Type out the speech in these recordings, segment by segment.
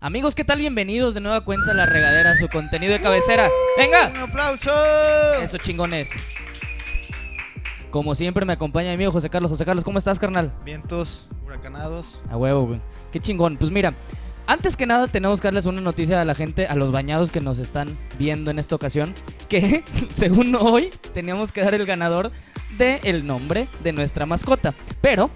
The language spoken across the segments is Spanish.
Amigos, ¿qué tal? Bienvenidos de nueva cuenta a La Regadera, su contenido de cabecera. ¡Venga! ¡Un aplauso! Eso, chingones. Como siempre, me acompaña mi amigo José Carlos. José Carlos, ¿cómo estás, carnal? Vientos huracanados. A huevo, güey. Qué chingón. Pues mira, antes que nada tenemos que darles una noticia a la gente, a los bañados que nos están viendo en esta ocasión, que según hoy teníamos que dar el ganador del nombre de nuestra mascota. Pero,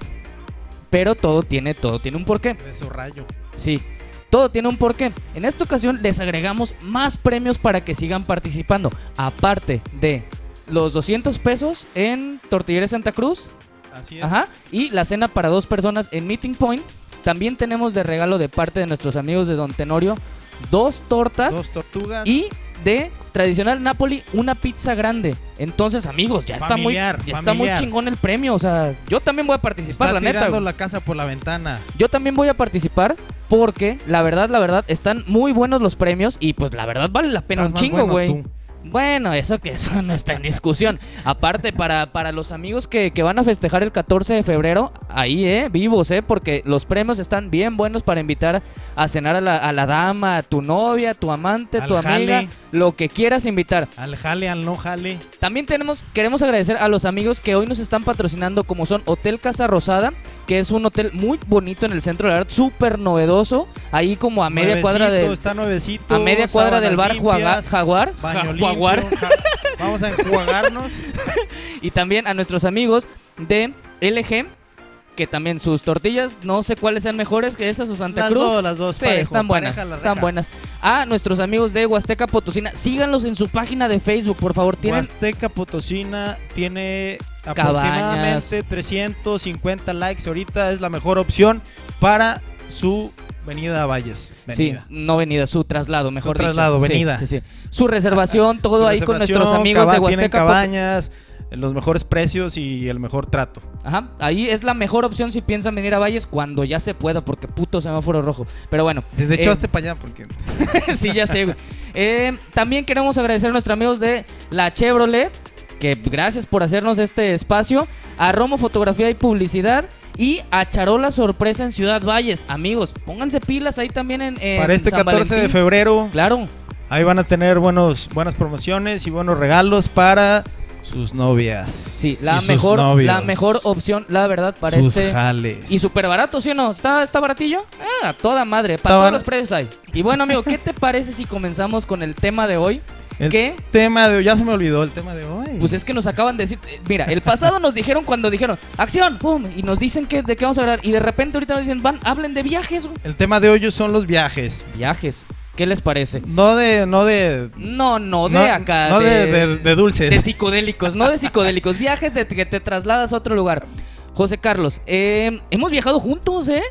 pero todo tiene, todo tiene un porqué. De su rayo. Sí, todo tiene un porqué. En esta ocasión les agregamos más premios para que sigan participando. Aparte de los 200 pesos en Tortillería Santa Cruz, Así es. Ajá. Y la cena para dos personas en Meeting Point. También tenemos de regalo de parte de nuestros amigos de Don Tenorio dos tortas Dos tortugas. y de tradicional Napoli una pizza grande. Entonces, amigos, ya está muy Familiar, ya está muy familiar. chingón el premio, o sea, yo también voy a participar, Está la neta. tirando güey. la casa por la ventana. Yo también voy a participar porque la verdad, la verdad están muy buenos los premios y pues la verdad vale la pena Estás un más chingo, bueno güey. tú. Bueno, eso que eso no está en discusión. Aparte, para, para los amigos que, que van a festejar el 14 de febrero, ahí, ¿eh? Vivos, ¿eh? Porque los premios están bien buenos para invitar a cenar a la, a la dama, a tu novia, a tu amante, Al tu amiga, jale. lo que quieras invitar. Al jale, al no jale. También tenemos, queremos agradecer a los amigos que hoy nos están patrocinando, como son Hotel Casa Rosada, que es un hotel muy bonito en el centro, la verdad, súper novedoso. Ahí como a media cuadra Nuevecito, de... Está nuevecito. A media cuadra del bar sábanas Juaga- limpias, Jaguar, Baño Ja- Jaguar. limpio, ja- Vamos a enjuagarnos. Y también a nuestros amigos de LG, que también sus tortillas, no sé cuáles sean mejores que esas o Santa las Cruz. dos, las dos. Sí, parejo, están buenas, pareja la están reja. buenas. A nuestros amigos de Huasteca Potosina, síganlos en su página de Facebook, por favor. Tienen Huasteca Potosina tiene Cabañas. aproximadamente 350 likes. Ahorita es la mejor opción para su venida a Valles. Venida. Sí, no venida, su traslado, mejor dicho. traslado, Sí, venida. sí, sí. Su reservación, todo Su ahí con reservación, nuestros amigos caba- de Tienen Huasteca Potosina. cabañas, los mejores precios y el mejor trato. Ajá, ahí es la mejor opción si piensan venir a Valles cuando ya se pueda, porque puto semáforo rojo. Pero bueno, De Eh, hecho, hasta para allá, porque sí, ya sé, güey. Eh, también queremos agradecer a nuestros amigos de La Chevrolet, que gracias por hacernos este espacio, a Romo Fotografía y Publicidad y a Charola Sorpresa en Ciudad Valles. Amigos, pónganse pilas ahí también en, en para este San 14 de Valentín. febrero, Claro, ahí van a tener buenos, buenas promociones y buenos regalos para sus novias. sí, la y sus mejor, novios, la mejor opción, la verdad, para sus este... jales. Y súper barato, ¿sí o no? ¿Está, está baratillo? Ah, a toda madre. Para todos bar- los precios hay. Y bueno, amigo, ¿qué te parece si comenzamos con el tema de hoy? El ¿Qué? tema de hoy, ya se me olvidó el tema de hoy. Pues es que nos acaban de decir, eh, mira, el pasado nos dijeron cuando dijeron, acción, pum, y nos dicen que, de qué vamos a hablar, y de repente ahorita nos dicen, van, hablen de viajes, güey". El tema de hoy son los viajes. Viajes, ¿qué les parece? No de, no de. No, no, de no- acá, No de, de, de- de dulces. de psicodélicos, no de psicodélicos, viajes de que te trasladas a otro lugar. José Carlos, eh, hemos viajado juntos, ¿eh?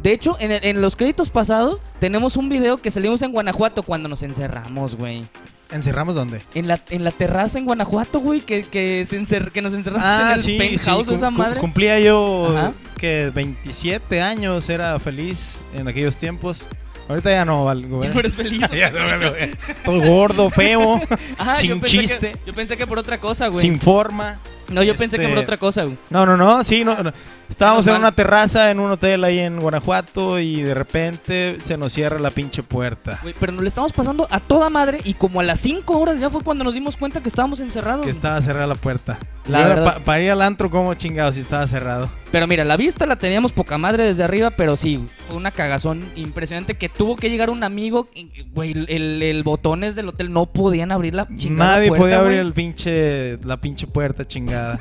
De hecho, en, el- en los créditos pasados tenemos un video que salimos en Guanajuato cuando nos encerramos, güey. ¿Encerramos dónde? En la, en la terraza en Guanajuato, güey, que, que, se encer- que nos encerramos Ah, en el penthouse, cum- esa cum- madre. Cumplía yo Ajá. que 27 años, era feliz en aquellos tiempos. Ahorita ya no valgo. Ya no eres feliz. Ya no valgo, güey. Todo gordo, feo, Ah, sin yo pensé que- chiste. yo pensé que por otra cosa, güey. sin forma. no, yo pensé que este- por otra cosa, güey. No, no, no, sí, no, no. estábamos Menos en mal. una terraza, en un hotel ahí en Guanajuato y de repente se nos cierra la pinche puerta. Güey, Pero nos le estamos pasando a toda madre y como a las 5 horas ya fue cuando nos dimos cuenta que estábamos encerrados. Que güey. estaba cerrada la puerta. La Y era verdad. pa- para ir al antro, como chingados, si estaba cerrado. Pero mira, la vista la teníamos poca madre desde arriba, pero sí, fue una cagazón impresionante que tuvo que llegar un amigo. y, Güey, el, el, el botones del hotel no podían abrir la chingada Nadie puerta, podía güey. abrir el pinche, la pinche puerta chingada.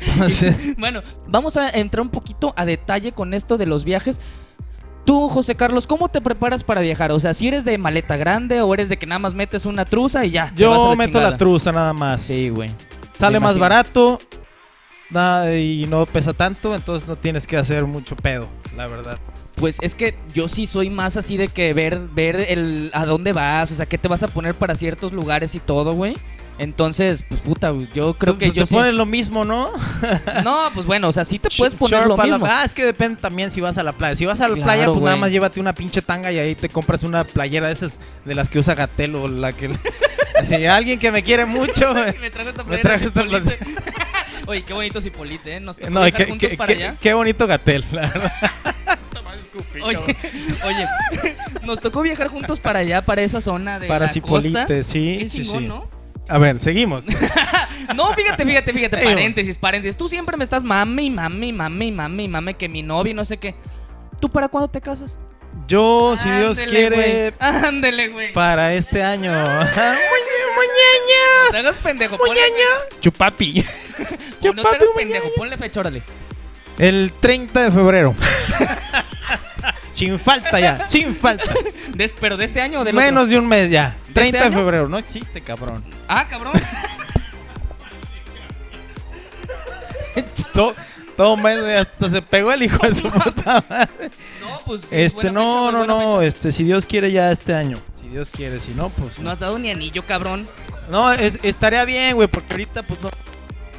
Entonces, Bueno, vamos a entrar un poquito a detalle con esto de los viajes. Tú, José Carlos, ¿cómo te preparas para viajar? O sea, si eres de maleta grande o eres de que nada más metes una truza y ya. te vas a Yo meto chingada? la truza nada más. Sí, güey. Sale me más imagino. barato nada, y no pesa tanto, entonces no tienes que hacer mucho pedo, la verdad. Pues es que yo sí soy más así de que ver, ver el a dónde vas, o sea, qué te vas a poner para ciertos lugares y todo, güey. Entonces, pues puta, güey, yo creo que Pues yo te sí- pones lo mismo, ¿no? No, pues bueno, o sea, sí te puedes Sh- poner short lo pa' la- mismo. Ah, es que depende también si vas a la playa. Si vas a la Claro, playa, pues nada güey. más llévate una pinche tanga y ahí te compras una playera de esas de las que usa Gatelo, la que Así, alguien que me quiere mucho. güey. Me trajo esta Me playera trajo de esta Cipolite. Oye, qué bonito Cipolite, ¿eh? Nos tocó No, viajar qué, juntos qué- para qué- allá. qué bonito Gatel, la verdad. sí, Oye, cabrón. oye, nos tocó viajar juntos para allá, para esa zona de Para la costa. Cipolite, Qué sí, sí, chingón, sí. ¿no? A ver, seguimos. No, fíjate, fíjate, fíjate, Digo. paréntesis, paréntesis. Tú siempre me estás mami, mami, mami, mami, mami, que mi novio y no sé qué. ¿Tú para cuándo te casas? Yo, si Dios Ándele, quiere, güey. Ándele, güey. para este año. Ajá. No te hagas pendejo, ponle, Chupapi. no te hagas pendejo, ponle fecha, órale. El 30 de febrero. Sin falta ya, sin falta. De- pero de este año o del otro? Menos de un mes ya. este 30 de año? febrero, no existe, cabrón. Ah, cabrón. todo, todo mes hasta se pegó el hijo de su puta madre. No, pues. sí, Este, buena no, fecha, no, pues, buena no, este, si Dios quiere ya este año. Si Dios quiere, si no, pues. fecha. No has dado ni anillo, cabrón. No, es, estaría bien, güey, porque ahorita, pues, no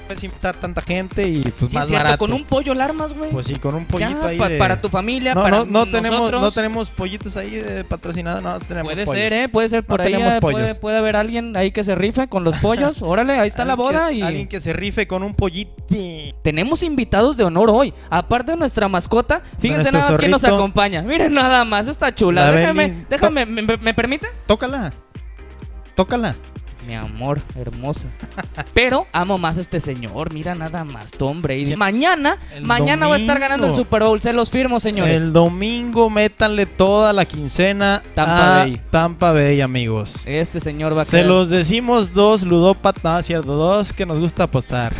puedes invitar tanta gente y, pues, Sí, es más cierto, barato. con un pollo larmas, güey. Pues sí, con un Ya, pollito ahí pa- de- para tu familia, No, para no, no tenemos, nosotros. no tenemos pollitos ahí de patrocinado, no tenemos Puede pollos. ser, ¿eh? Puede ser por ahí. tenemos eh, Puede, pollos. puede haber alguien ahí que se rife con los pollos. Órale, ahí está la Alguien boda que- y Alguien que se rife con un pollito. tenemos invitados de honor hoy. Aparte de nuestra mascota, fíjense nuestro nada más quién nos zorrito. acompaña. Miren nada más, está chula. La déjame, Beli. déjame, ¿me, me- me permites? Tócala. Tócala. Mi amor, hermosa. Pero amo más a este señor, mira nada más, Tom Brady. ¿Quién? Mañana, El mañana va a estar domingo. ganando el Super Bowl, se los firmo, señores. El domingo métanle toda la quincena Tampa a Bay. Tampa Bay, amigos. Este señor va a Se quedar- los decimos dos ludópatas, no, es cierto, dos que nos gusta apostar.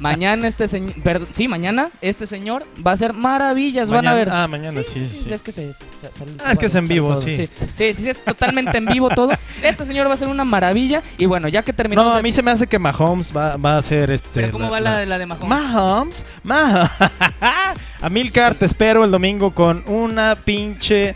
Mañana este señor, perdón, sí, mañana este señor va a hacer maravillas, van a ver. Ah, mañana, sí, sí. sí. Es que, se- se- se- sale el Ah, es que es sábado, en vivo, sale el sí. sábado, Sí, sí, sí, es totalmente en vivo todo. Este señor va a ser una maravilla. Y bueno, ya que terminamos. No, a el- mí se me hace que Mahomes va, va a ser este. Pero ¿Cómo va la, de- la de Mahomes? Mahomes, Mahomes. Amilcar, te espero el domingo con una pinche.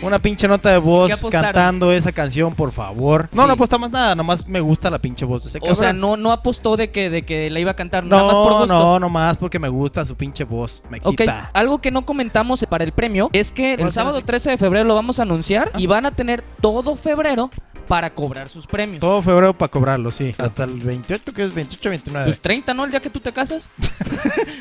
Una pinche nota de ¿Qué voz apostaron? cantando esa canción, por favor. No, Sí. no apostamos nada, nomás me gusta la pinche voz de ese o sea, cabrón. no, no apostó de que, de que la iba a cantar, nada más por no, gusto. no, nomás porque me gusta su pinche voz. Me Ok, excita. algo que no comentamos para el premio es que ¿Puedo el hacer sábado así? 13 de febrero lo vamos a anunciar Ah. y van a tener todo febrero para cobrar sus premios. Todo febrero para cobrarlo, sí. Hasta el 28, que es 28, 29. Pues 30, ¿no? El día que tú te casas.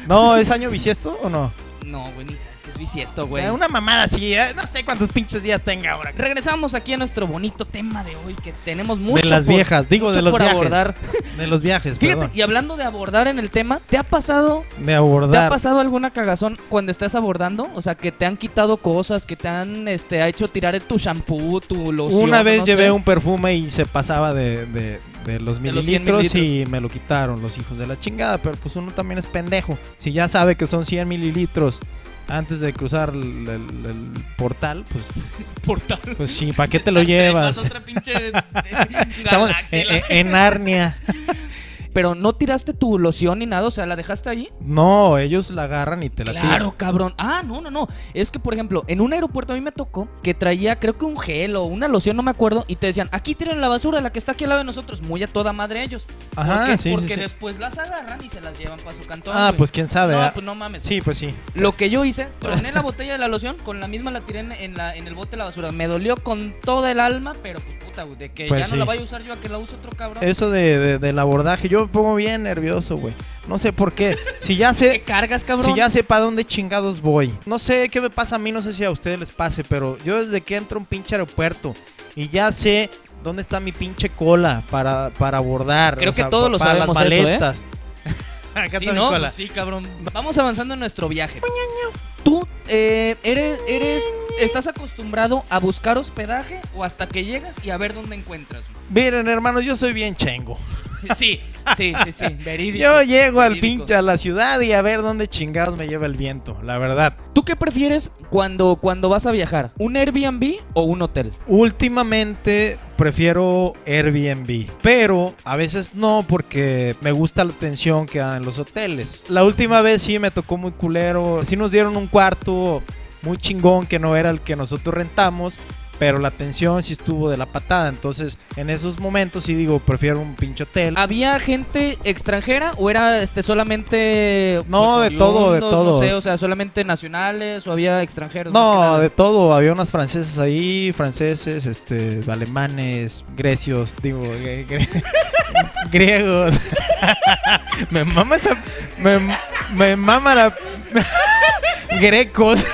No, ¿es año bisiesto o no? No, güey, ni sabes que es bisiesto, güey. Eh, Una mamada así, eh, no sé cuántos pinches días tenga ahora. Regresamos aquí a nuestro bonito tema de hoy que tenemos mucho De las por- viejas, digo, mucho de los por viajes. abordar. De los viajes, Fíjate, perdón. y hablando de abordar en el tema, ¿te ha pasado De te ha abordar. pasado alguna cagazón cuando estás abordando? O sea, que te han quitado cosas, que te han este ha hecho tirar tu shampoo, tu loción. Una vez no sé. llevé un perfume y se pasaba de, de- de los De los 100 mililitros y me lo quitaron los hijos de la chingada. Pero pues uno también es pendejo. Si ya sabe que son 100 mililitros antes de cruzar el, el- el portal, pues, portal. pues sí, ¿para qué te lo llevas? Otra pinche de- de- Estamos eh, galaxia, en, en- en Narnia. Pero no tiraste tu loción ni nada, o sea, la dejaste ahí. No, ellos la agarran y te la tiran. Claro, cabrón. Ah, no, no, no. Es que, por ejemplo, en un aeropuerto a mí me tocó que traía, creo que un gel o una loción, no me acuerdo, y te decían, aquí tiran la basura, la que está aquí al lado de nosotros, muy a toda madre ellos. Ajá, porque sí, sí, porque sí. después las agarran y se las llevan para su cantón. Ah, güey. pues quién sabe. No, ah, pues no mames. Sí, pues sí. Lo que yo hice, troné la botella de la loción, con la misma la tiré en, en la, en el bote de la basura. Me dolió con toda el alma, pero pues puta, güey, de que Pues ya no sí. la vaya a usar yo a que la use otro cabrón. Eso de, de- del abordaje, yo me pongo bien nervioso, güey. No sé por qué. Si ya ¿Qué sé, cargas, cabrón? si ya sé para dónde chingados voy. No sé qué me pasa a mí, no sé si a ustedes les pase, pero yo desde que entro a un pinche aeropuerto y ya sé dónde está mi pinche cola para, para abordar. Creo o que sea, todos lo para las sabemos eso, ¿eh? maletas. Acá Sí, está mi ¿no? cola. Pues sí, cabrón. Vamos avanzando en nuestro viaje. Tú eh, eres, eres, estás acostumbrado a buscar hospedaje o hasta que llegas y a ver dónde encuentras. güey? Pues, Miren, hermanos, yo soy bien chengo. Sí, sí, sí, sí, verídico. Yo llego al verídico. pinche a la ciudad y a ver dónde chingados me lleva el viento, la verdad. ¿Tú qué prefieres cuando, cuando vas a viajar? ¿Un Airbnb o un hotel? Últimamente prefiero Airbnb, pero a veces no porque me gusta la atención que dan en los hoteles. La última vez sí me tocó muy culero, sí nos dieron un cuarto muy chingón que no era el que nosotros rentamos, pero la atención sí estuvo de la patada, entonces en esos momentos sí digo, prefiero un pinche hotel. ¿Había gente extranjera o era este solamente No, de todo, de oriundos, todo. No sé, o sea, solamente nacionales o había extranjeros. más que No, nada? de todo, había unas francesas ahí, franceses, este, alemanes, grecios, digo, gre- gre- griegos. me mama esa me, me mama la grecos.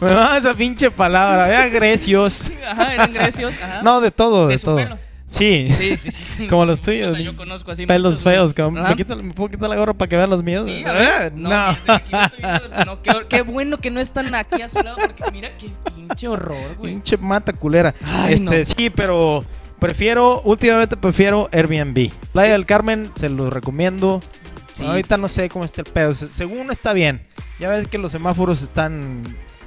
Me va esa pinche palabra. Era grecios. Ajá, eran grecios. Ajá. No, de todo, de, De su todo. pelo. Sí. Sí, sí, sí. Como los tuyos, Puta, mi- Yo conozco así. Pelos muchos, güey. feos, cabrón. Ajá. ¿Me, quita- me puedo quitar la gorra para que vean los míos? Ah, Sí, a ver, no. no, mira, aquí no estoy viendo- no, qué, qué bueno que no están aquí a su lado porque mira qué pinche horror, güey. Pinche mata culera. Ay, este, no. sí, pero prefiero, últimamente prefiero Airbnb. Playa del Carmen, se los recomiendo. Sí. Ahorita no sé cómo está el pedo. Se- Según está bien. Ya ves que los semáforos están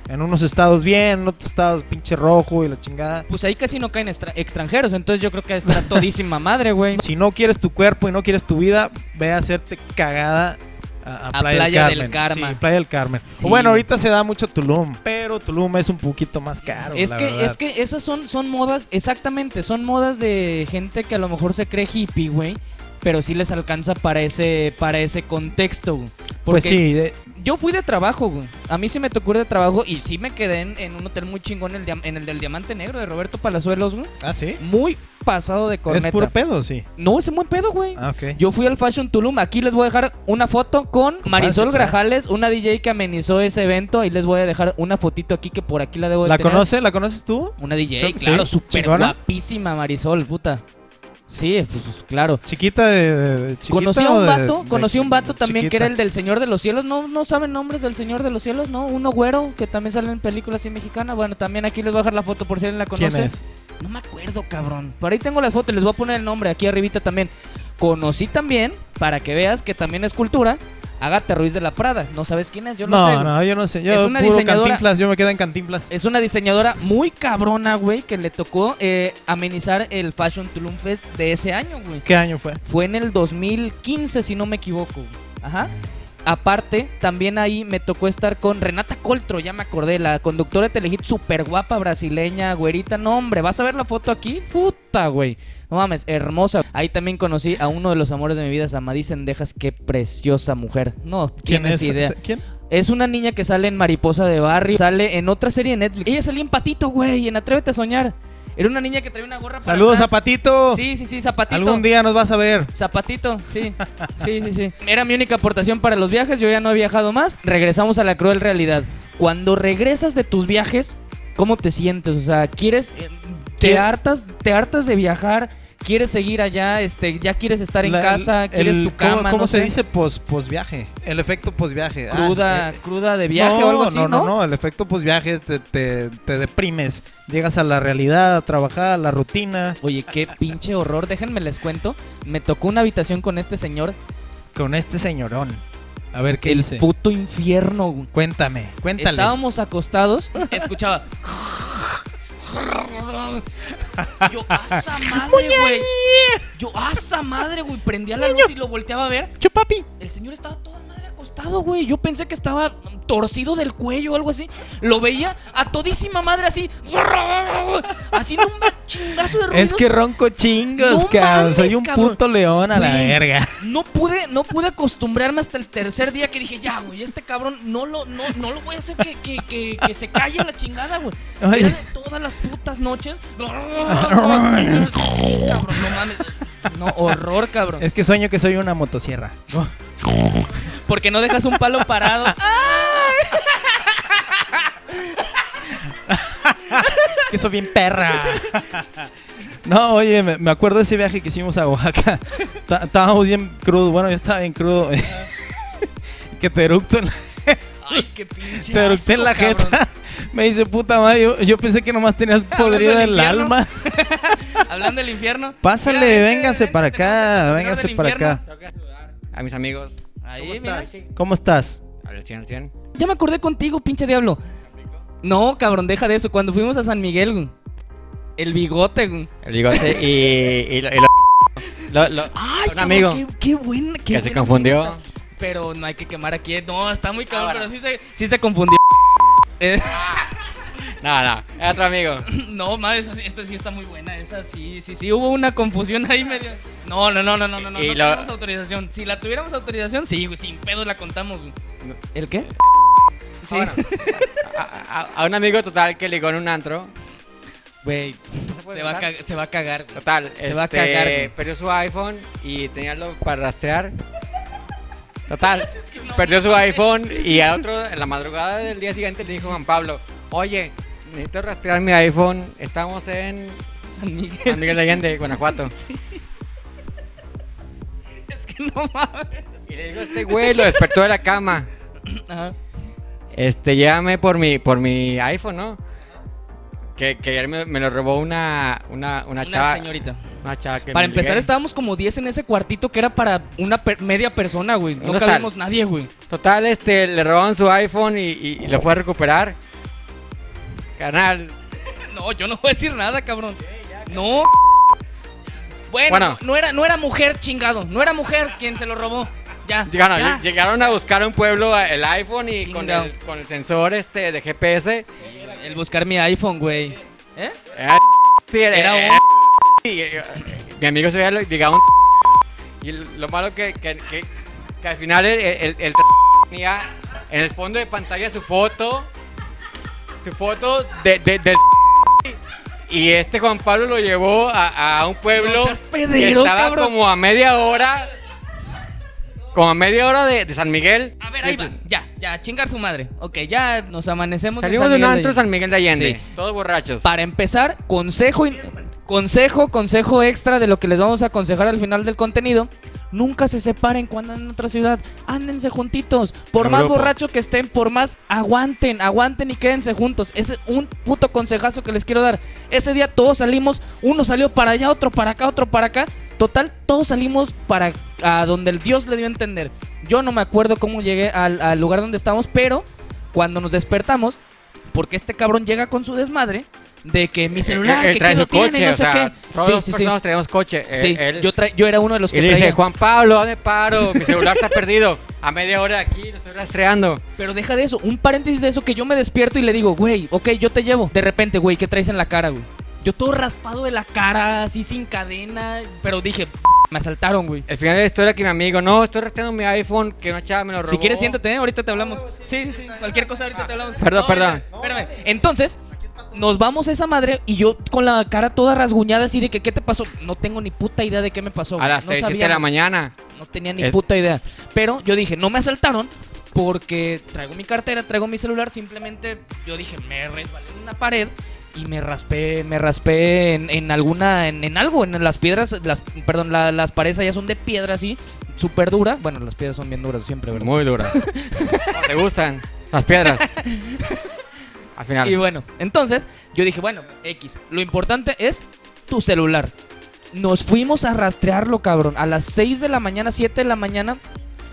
en unos estados bien, en otros estados pinche rojo y la chingada. Pues ahí casi no caen extra- extranjeros, entonces yo creo que está todísima madre, güey. Si no quieres tu cuerpo y no quieres tu vida, ve a hacerte cagada a, a A Playa, Playa del del Carmen. Karma. Sí, Playa del Carmen. Sí. O bueno, ahorita se da mucho Tulum, pero Tulum es un poquito más caro. es la que verdad. es que esas son son modas, exactamente, son modas de gente que a lo mejor se cree hippie, güey, pero sí les alcanza para ese para ese contexto. güey. Pues Porque sí, de- Yo fui de trabajo, güey. A mí sí me tocó ir de trabajo y sí me quedé en, en un hotel muy chingón, el dia- en el del Diamante Negro de Roberto Palazuelos, güey. Ah, sí. Muy pasado de corneta. Es puro pedo, sí. No, ese buen pedo, güey. Ah, ok. Yo fui al Fashion Tulum. Aquí les voy a dejar una foto con Marisol Ah, sí, claro. Grajales, una DJ que amenizó ese evento. Y les voy a dejar una fotito aquí que por aquí la debo de ¿La tener. conoce? ¿La conoces tú? Una DJ, Sí, claro, súper chingona. guapísima Marisol, puta. Sí, pues claro. Chiquita de, de- de chiquita conocí a o un de- vato, de- conocí a un vato de también que era el chiquita? del Señor de los Cielos. No, no saben nombres del Señor de los Cielos, ¿no? Uno güero que también sale en películas así mexicana. Bueno, también aquí les voy a dejar la foto por si alguien la conoce. ¿Quién es? No me acuerdo, cabrón. Por ahí tengo las fotos, les voy a poner el nombre aquí arribita también. Conocí también, para que veas que también es cultura, Agatha Ruiz de la Prada. ¿No sabes quién es? Yo no, no, sé. güey. no, yo no sé. Yo Es una puro diseñadora- Eh, cantinflas, yo me quedo en cantinflas. Es una diseñadora muy cabrona, güey, que le tocó eh, amenizar el Fashion Tulum Fest de ese año, güey. ¿Qué año fue? Fue en el 2015, si no me equivoco. güey. Ajá. Aparte, también ahí me tocó estar con Renata Coltro, ya me acordé, la conductora de Telehit, súper guapa, brasileña, güerita. No, hombre, ¿vas a ver la foto aquí? Puta, güey. No mames, hermosa. Ahí también conocí a uno de los amores de mi vida, es Amadí Sendejas. Qué preciosa mujer. No, ¿Quién tienes es? idea. ¿Es- ¿Quién? Es una niña que sale en Mariposa de Barrio, sale en otra serie de Netflix. Ella salía en Patito, güey, en Atrévete a Soñar. Era una niña que traía una gorra para Saludos, atrás. Zapatito. Sí, sí, sí, Zapatito. Algún día nos vas a ver. Zapatito, sí. Sí, sí, sí. Era mi única aportación para los viajes, yo ya no he viajado más. Regresamos a la cruel realidad. Cuando regresas de tus viajes, ¿cómo te sientes? O sea, ¿quieres eh, te ¿Qué? hartas te hartas de viajar? ¿Quieres seguir allá? Este, ya quieres estar en La- casa, el- quieres el- tu cama, ¿Cómo, cómo no se sé? dice pos, posviaje? El efecto posviaje. Ah, Cruda, eh, cruda de viaje no, o algo así, no, no, no, el efecto posviaje te, te, te deprimes. Llegas a la realidad, a trabajar, a la rutina, Oye, qué pinche horror. Déjenme les cuento. Me tocó una habitación con este señor. con este señorón. A ver qué el dice. puto infierno. güey. Cuéntame, cuéntales. Estábamos acostados. Escuchaba. Yo, asa madre, güey. Yo, asa madre, güey. Prendía la luz y lo volteaba a ver. Chupapi. El señor estaba toda madre acostado, güey. Yo pensé que estaba torcido del cuello o algo así. Lo veía a todísima madre así. Haciendo un chingazo de ruidos. Es que ronco chingos, No cabrón. mames, Soy un cabrón. puto león a la Güey. verga. No pude, no pude acostumbrarme hasta el tercer día que dije, ya, güey, este cabrón no lo, no, no lo voy a hacer que, que, que, que se calle la chingada, güey. Ay. Era de todas las putas noches. Sí, cabrón, no mames. No, horror, cabrón. Es que sueño que soy una motosierra. Porque no dejas un palo parado. Es que soy bien perra. No, oye, me, me acuerdo de ese viaje que hicimos a Oaxaca. Ta- Estábamos bien crudos. Bueno, yo estaba bien crudo. que te eructo en la, Ay, qué pinche. te eructé asco, en la cabrón. jeta. Me dice, puta madre, yo, yo pensé que nomás tenías podrida del el infierno. alma. Hablando del infierno. Pásale, Mira, vente, véngase vente, para te acá, vamos a patrocinar véngase del para infierno. acá. a mis amigos. Ahí, mira. ¿Cómo estás? Al 100, al 100. Ya me acordé contigo, pinche diablo. No, cabrón, deja de eso. Cuando fuimos a San Miguel, güey, el bigote, güey. El bigote y, y lo, y lo- lo- lo- Ay, un amigo Qué, qué buena. qué que se buena confundió. anécdota. Pero no hay que quemar aquí. No, está muy cabrón, Ahora. pero sí se, sí se confundió. Eh, No, no, es otro amigo. no, mames, esa- esta sí está muy buena. Esa sí, sí, sí. Hubo una confusión ahí medio. No, no, no, no, no, no. No, Y no lo- tenemos autorización. Si la tuviéramos autorización, sí, güey, sin pedos la contamos, güey. ¿El qué? Sí. Ahora. Ah, A, a- a un amigo total que ligó en un antro. Güey, se, va a cagar. ca- se va a cagar, güey. Total, Se va a este, cagar, güey. Perdió su iPhone y tenía algo para rastrear. Total, perdió su iPhone y a otro, en la madrugada del día siguiente le dijo Juan Pablo, oye, necesito rastrear mi iPhone, estamos en San Miguel. San Miguel de Allende, Guanajuato. Ah. Es que no mames. Y le dijo este güey, lo despertó de la cama, Ah, Ajá. este, llévame por mi, por mi iPhone, ¿no? Que, que ayer me, me lo robó una, una, una Una chava. señorita. Una chava que Para me empezar, ligué. estábamos como 10 en ese cuartito que era para una per- media persona, güey. No Un cabíamos nadie, güey. Total, este, le robaron su iPhone y, y- y lo fue a recuperar. Canal. No, yo no voy a decir nada, cabrón. No. Bueno, Bueno. No, era, no era mujer, chingado. No era mujer quien se lo robó. Ya. Llegaron, ya. llegaron a buscar a un pueblo a- el iPhone y con Chingao. el, con el sensor este de GPS. El buscar mi iPhone, güey. ¿Eh? Era, sí, era- Era un- era- y, eh, mi amigo se veía lo- llegaba un y lo malo que, que- que- que al final el, el- el tenía en el fondo de pantalla su foto su foto de, de- del y este Juan Pablo lo llevó a, a un pueblo No seas pedero, que estaba cabrón. como a media hora como a media hora de, de San Miguel A ver, ahí va. Entonces, Ya, ya, chingar su madre. Ok, ya nos amanecemos. en salimos San de Miguel un de antro Allende. San Miguel de Allende Sí. todos borrachos Para empezar, consejo, in- consejo, consejo extra de lo que les vamos a aconsejar al final del contenido. Nunca se separen cuando anden en otra ciudad. Ándense juntitos. Por En más grupo. borracho que estén, por más aguanten, aguanten y quédense juntos. Es un puto consejazo que les quiero dar. Ese día todos salimos, uno salió para allá, otro para acá, otro para acá. Total, todos salimos para a donde el Dios le dio a entender. Yo no me acuerdo cómo llegué al, al lugar donde estábamos, pero cuando nos despertamos, porque este cabrón llega con su desmadre de que mi celular, Eh, él, él que trae quién lo su coche, tiene, no o sé sea, qué. todos Sí, los sí, sí. personas traemos coche. eh, Sí, él- yo, tra- yo era uno de los y que le dice, traía. Juan Pablo, ¿dónde paro? Mi celular está perdido. A media hora de aquí, lo estoy rastreando. Pero deja de eso, un paréntesis de eso que yo me despierto y le digo, güey, ok, yo te llevo. De repente, güey, ¿qué traes en la cara, güey? Yo todo raspado de la cara, así sin cadena, pero dije, "P- me asaltaron, güey. El final de la historia que mi amigo, no, estoy rastreando mi iPhone, que una chava me lo robó. Si quieres, siéntate, ¿eh? ahorita te hablamos. Sí, sí, sí, cualquier cosa ahorita te hablamos. perdón, perdón. ahorita, Espérame. Entonces, nos vamos a esa madre y yo con la cara toda rasguñada así de que, ¿qué te pasó? No tengo ni puta idea de qué me pasó. A güey. las no 6, 7 de sabíamos. la mañana. No tenía ni Es- puta idea. Pero yo dije, no me asaltaron porque traigo mi cartera, traigo mi celular. Simplemente yo dije, me resbalé en una pared y me raspé, me raspé en, en alguna, en, en algo, en las piedras, las, perdón, la- las paredes ya son de piedra así, súper dura. Bueno, las piedras son bien duras siempre, ¿verdad? Muy dura. ¿Te gustan las piedras? Al final. Y bueno, entonces yo dije, bueno, X, lo importante es tu celular. Nos fuimos a rastrearlo, cabrón, a las 6 de la mañana, 7 de la mañana.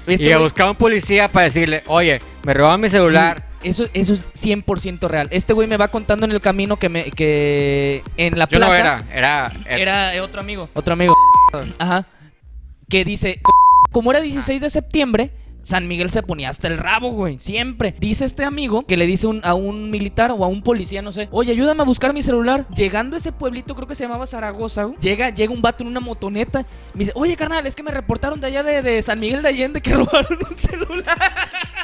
Este Y a güey- buscar a un policía para decirle, oye, me robaron mi celular. Eso, eso es 100% real. Este güey me va contando en el camino que, me, que en la Yo no plaza era, era, era- era, eh, otro amigo. Otro amigo. Ajá. Que dice, como era 16 de septiembre, San Miguel se ponía hasta el rabo, güey. Siempre. Dice este amigo que le dice un- a un militar o a un policía, no sé, oye, ayúdame a buscar mi celular. Llegando a ese pueblito, creo que se llamaba Zaragoza, güey. Llega, llega un vato en una motoneta. Me dice, oye, carnal, es que me reportaron de allá de, de San Miguel de Allende que robaron un celular.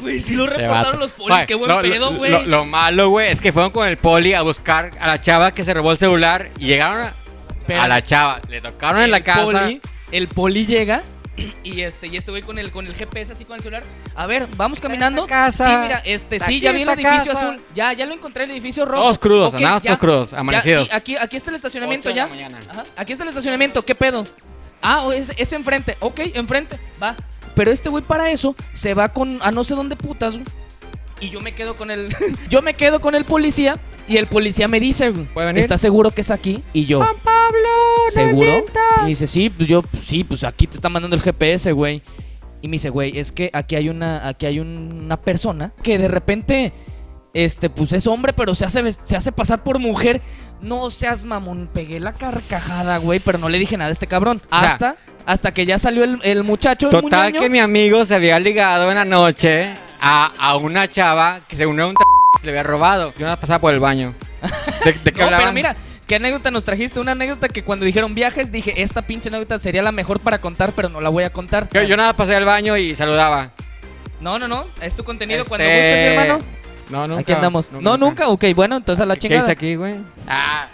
Güey, sí lo Este reportaron vato. los polis. Oye, Qué buen lo- lo- pedo, lo- güey. Lo, malo, güey, es que fueron con el poli a buscar a la chava que se robó el celular y llegaron a, Pero- a la chava. Le tocaron en la el casa. poli- el poli llega y este y este güey con el con el GPS así con el celular. A ver, vamos caminando. esta casa. Sí, mira, este Está sí, aquí ya vi el esta edificio casa. azul. Ya ya lo encontré el edificio rojo. Todos crudos, Ok, andamos ya, todos crudos, ya, amanecidos. sí, aquí aquí está el estacionamiento Ocho de ya. la mañana. Ajá, Aquí está el estacionamiento, ¿qué pedo? Ah, o es, es enfrente. Ok, enfrente. Va. Pero este güey para eso se va con a no sé dónde putas. güey. Y yo me quedo con el yo me quedo con el policía y el policía me dice, güey, ¿Puede venir? ¿estás seguro que es aquí? Y yo ¿Seguro? Y dice, sí, pues yo, pues sí, pues aquí te está mandando el GPS, güey. Y me dice, güey, es que aquí hay una, aquí hay una persona que de repente, este, pues es hombre, pero se hace, ves- se hace pasar por mujer. No seas mamón, pegué la carcajada, güey, pero no le dije nada a este cabrón. O sea, Hasta, hasta que ya salió el, el muchacho. el Total muñoño. que mi amigo se había ligado en la noche a, a una chava que según era un t- le había robado. Yo nada más pasaba por el baño. ¿De, de qué No, pero hablaban? mira, ¿qué anécdota nos trajiste? Una anécdota que cuando dijeron viajes dije, esta pinche anécdota sería la mejor para contar, pero no la voy a contar. Yo, yo nada más pasé al baño y saludaba. No, no, no, es tu contenido cuando Este, guste, mi hermano. No, nunca. Aquí andamos. no, nunca. Ok, bueno, entonces a la ¿Qué- ¿Qué chingada. dice aquí, güey? Ah,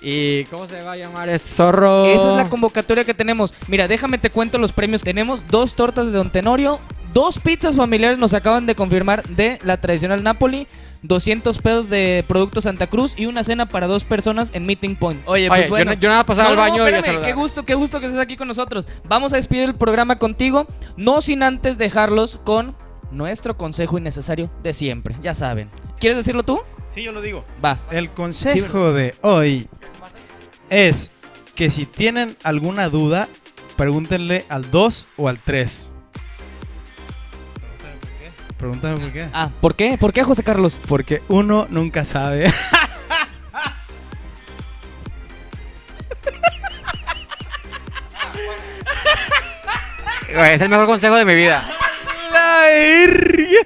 ¿Y cómo se va a llamar este zorro? Esa es la convocatoria que tenemos. Mira, déjame te cuento los premios. Tenemos dos tortas de Don Tenorio, dos pizzas familiares nos acaban de confirmar de la tradicional Napoli, 200 pesos de producto Santa Cruz y una cena para dos personas en Meeting Point. Oye, pues Oye, bueno. yo, no- yo nada pasaba No, al no, baño y a espérame, saludar. qué gusto, qué gusto que estés aquí con nosotros. Vamos a despedir el programa contigo, no sin antes dejarlos con nuestro consejo innecesario de siempre, ya saben. ¿Quieres decirlo tú? Sí, yo lo digo. Va. El consejo de hoy es que si tienen alguna duda, pregúntenle al 2 o al 3. Pregúntame por qué. Ah, ¿por qué? ¿Por qué, José Carlos? Porque uno nunca sabe. Güey, Es el mejor consejo de mi vida. ¡La verga!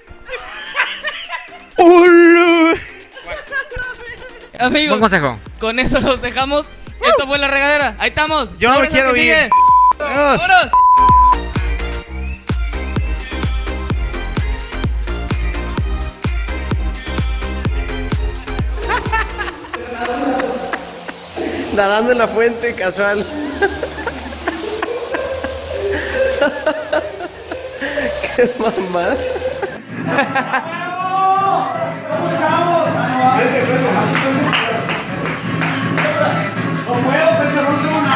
¡Ulu! Buen Amigos, consejo. con eso los dejamos. Esto fue La Regadera. Ahí estamos. Yo no Vámonos, me quiero que ir. sigue. Adiós. ¡Vámonos! nadando en la fuente casual. Qué mamada. No puedo pensar, no tengo nada.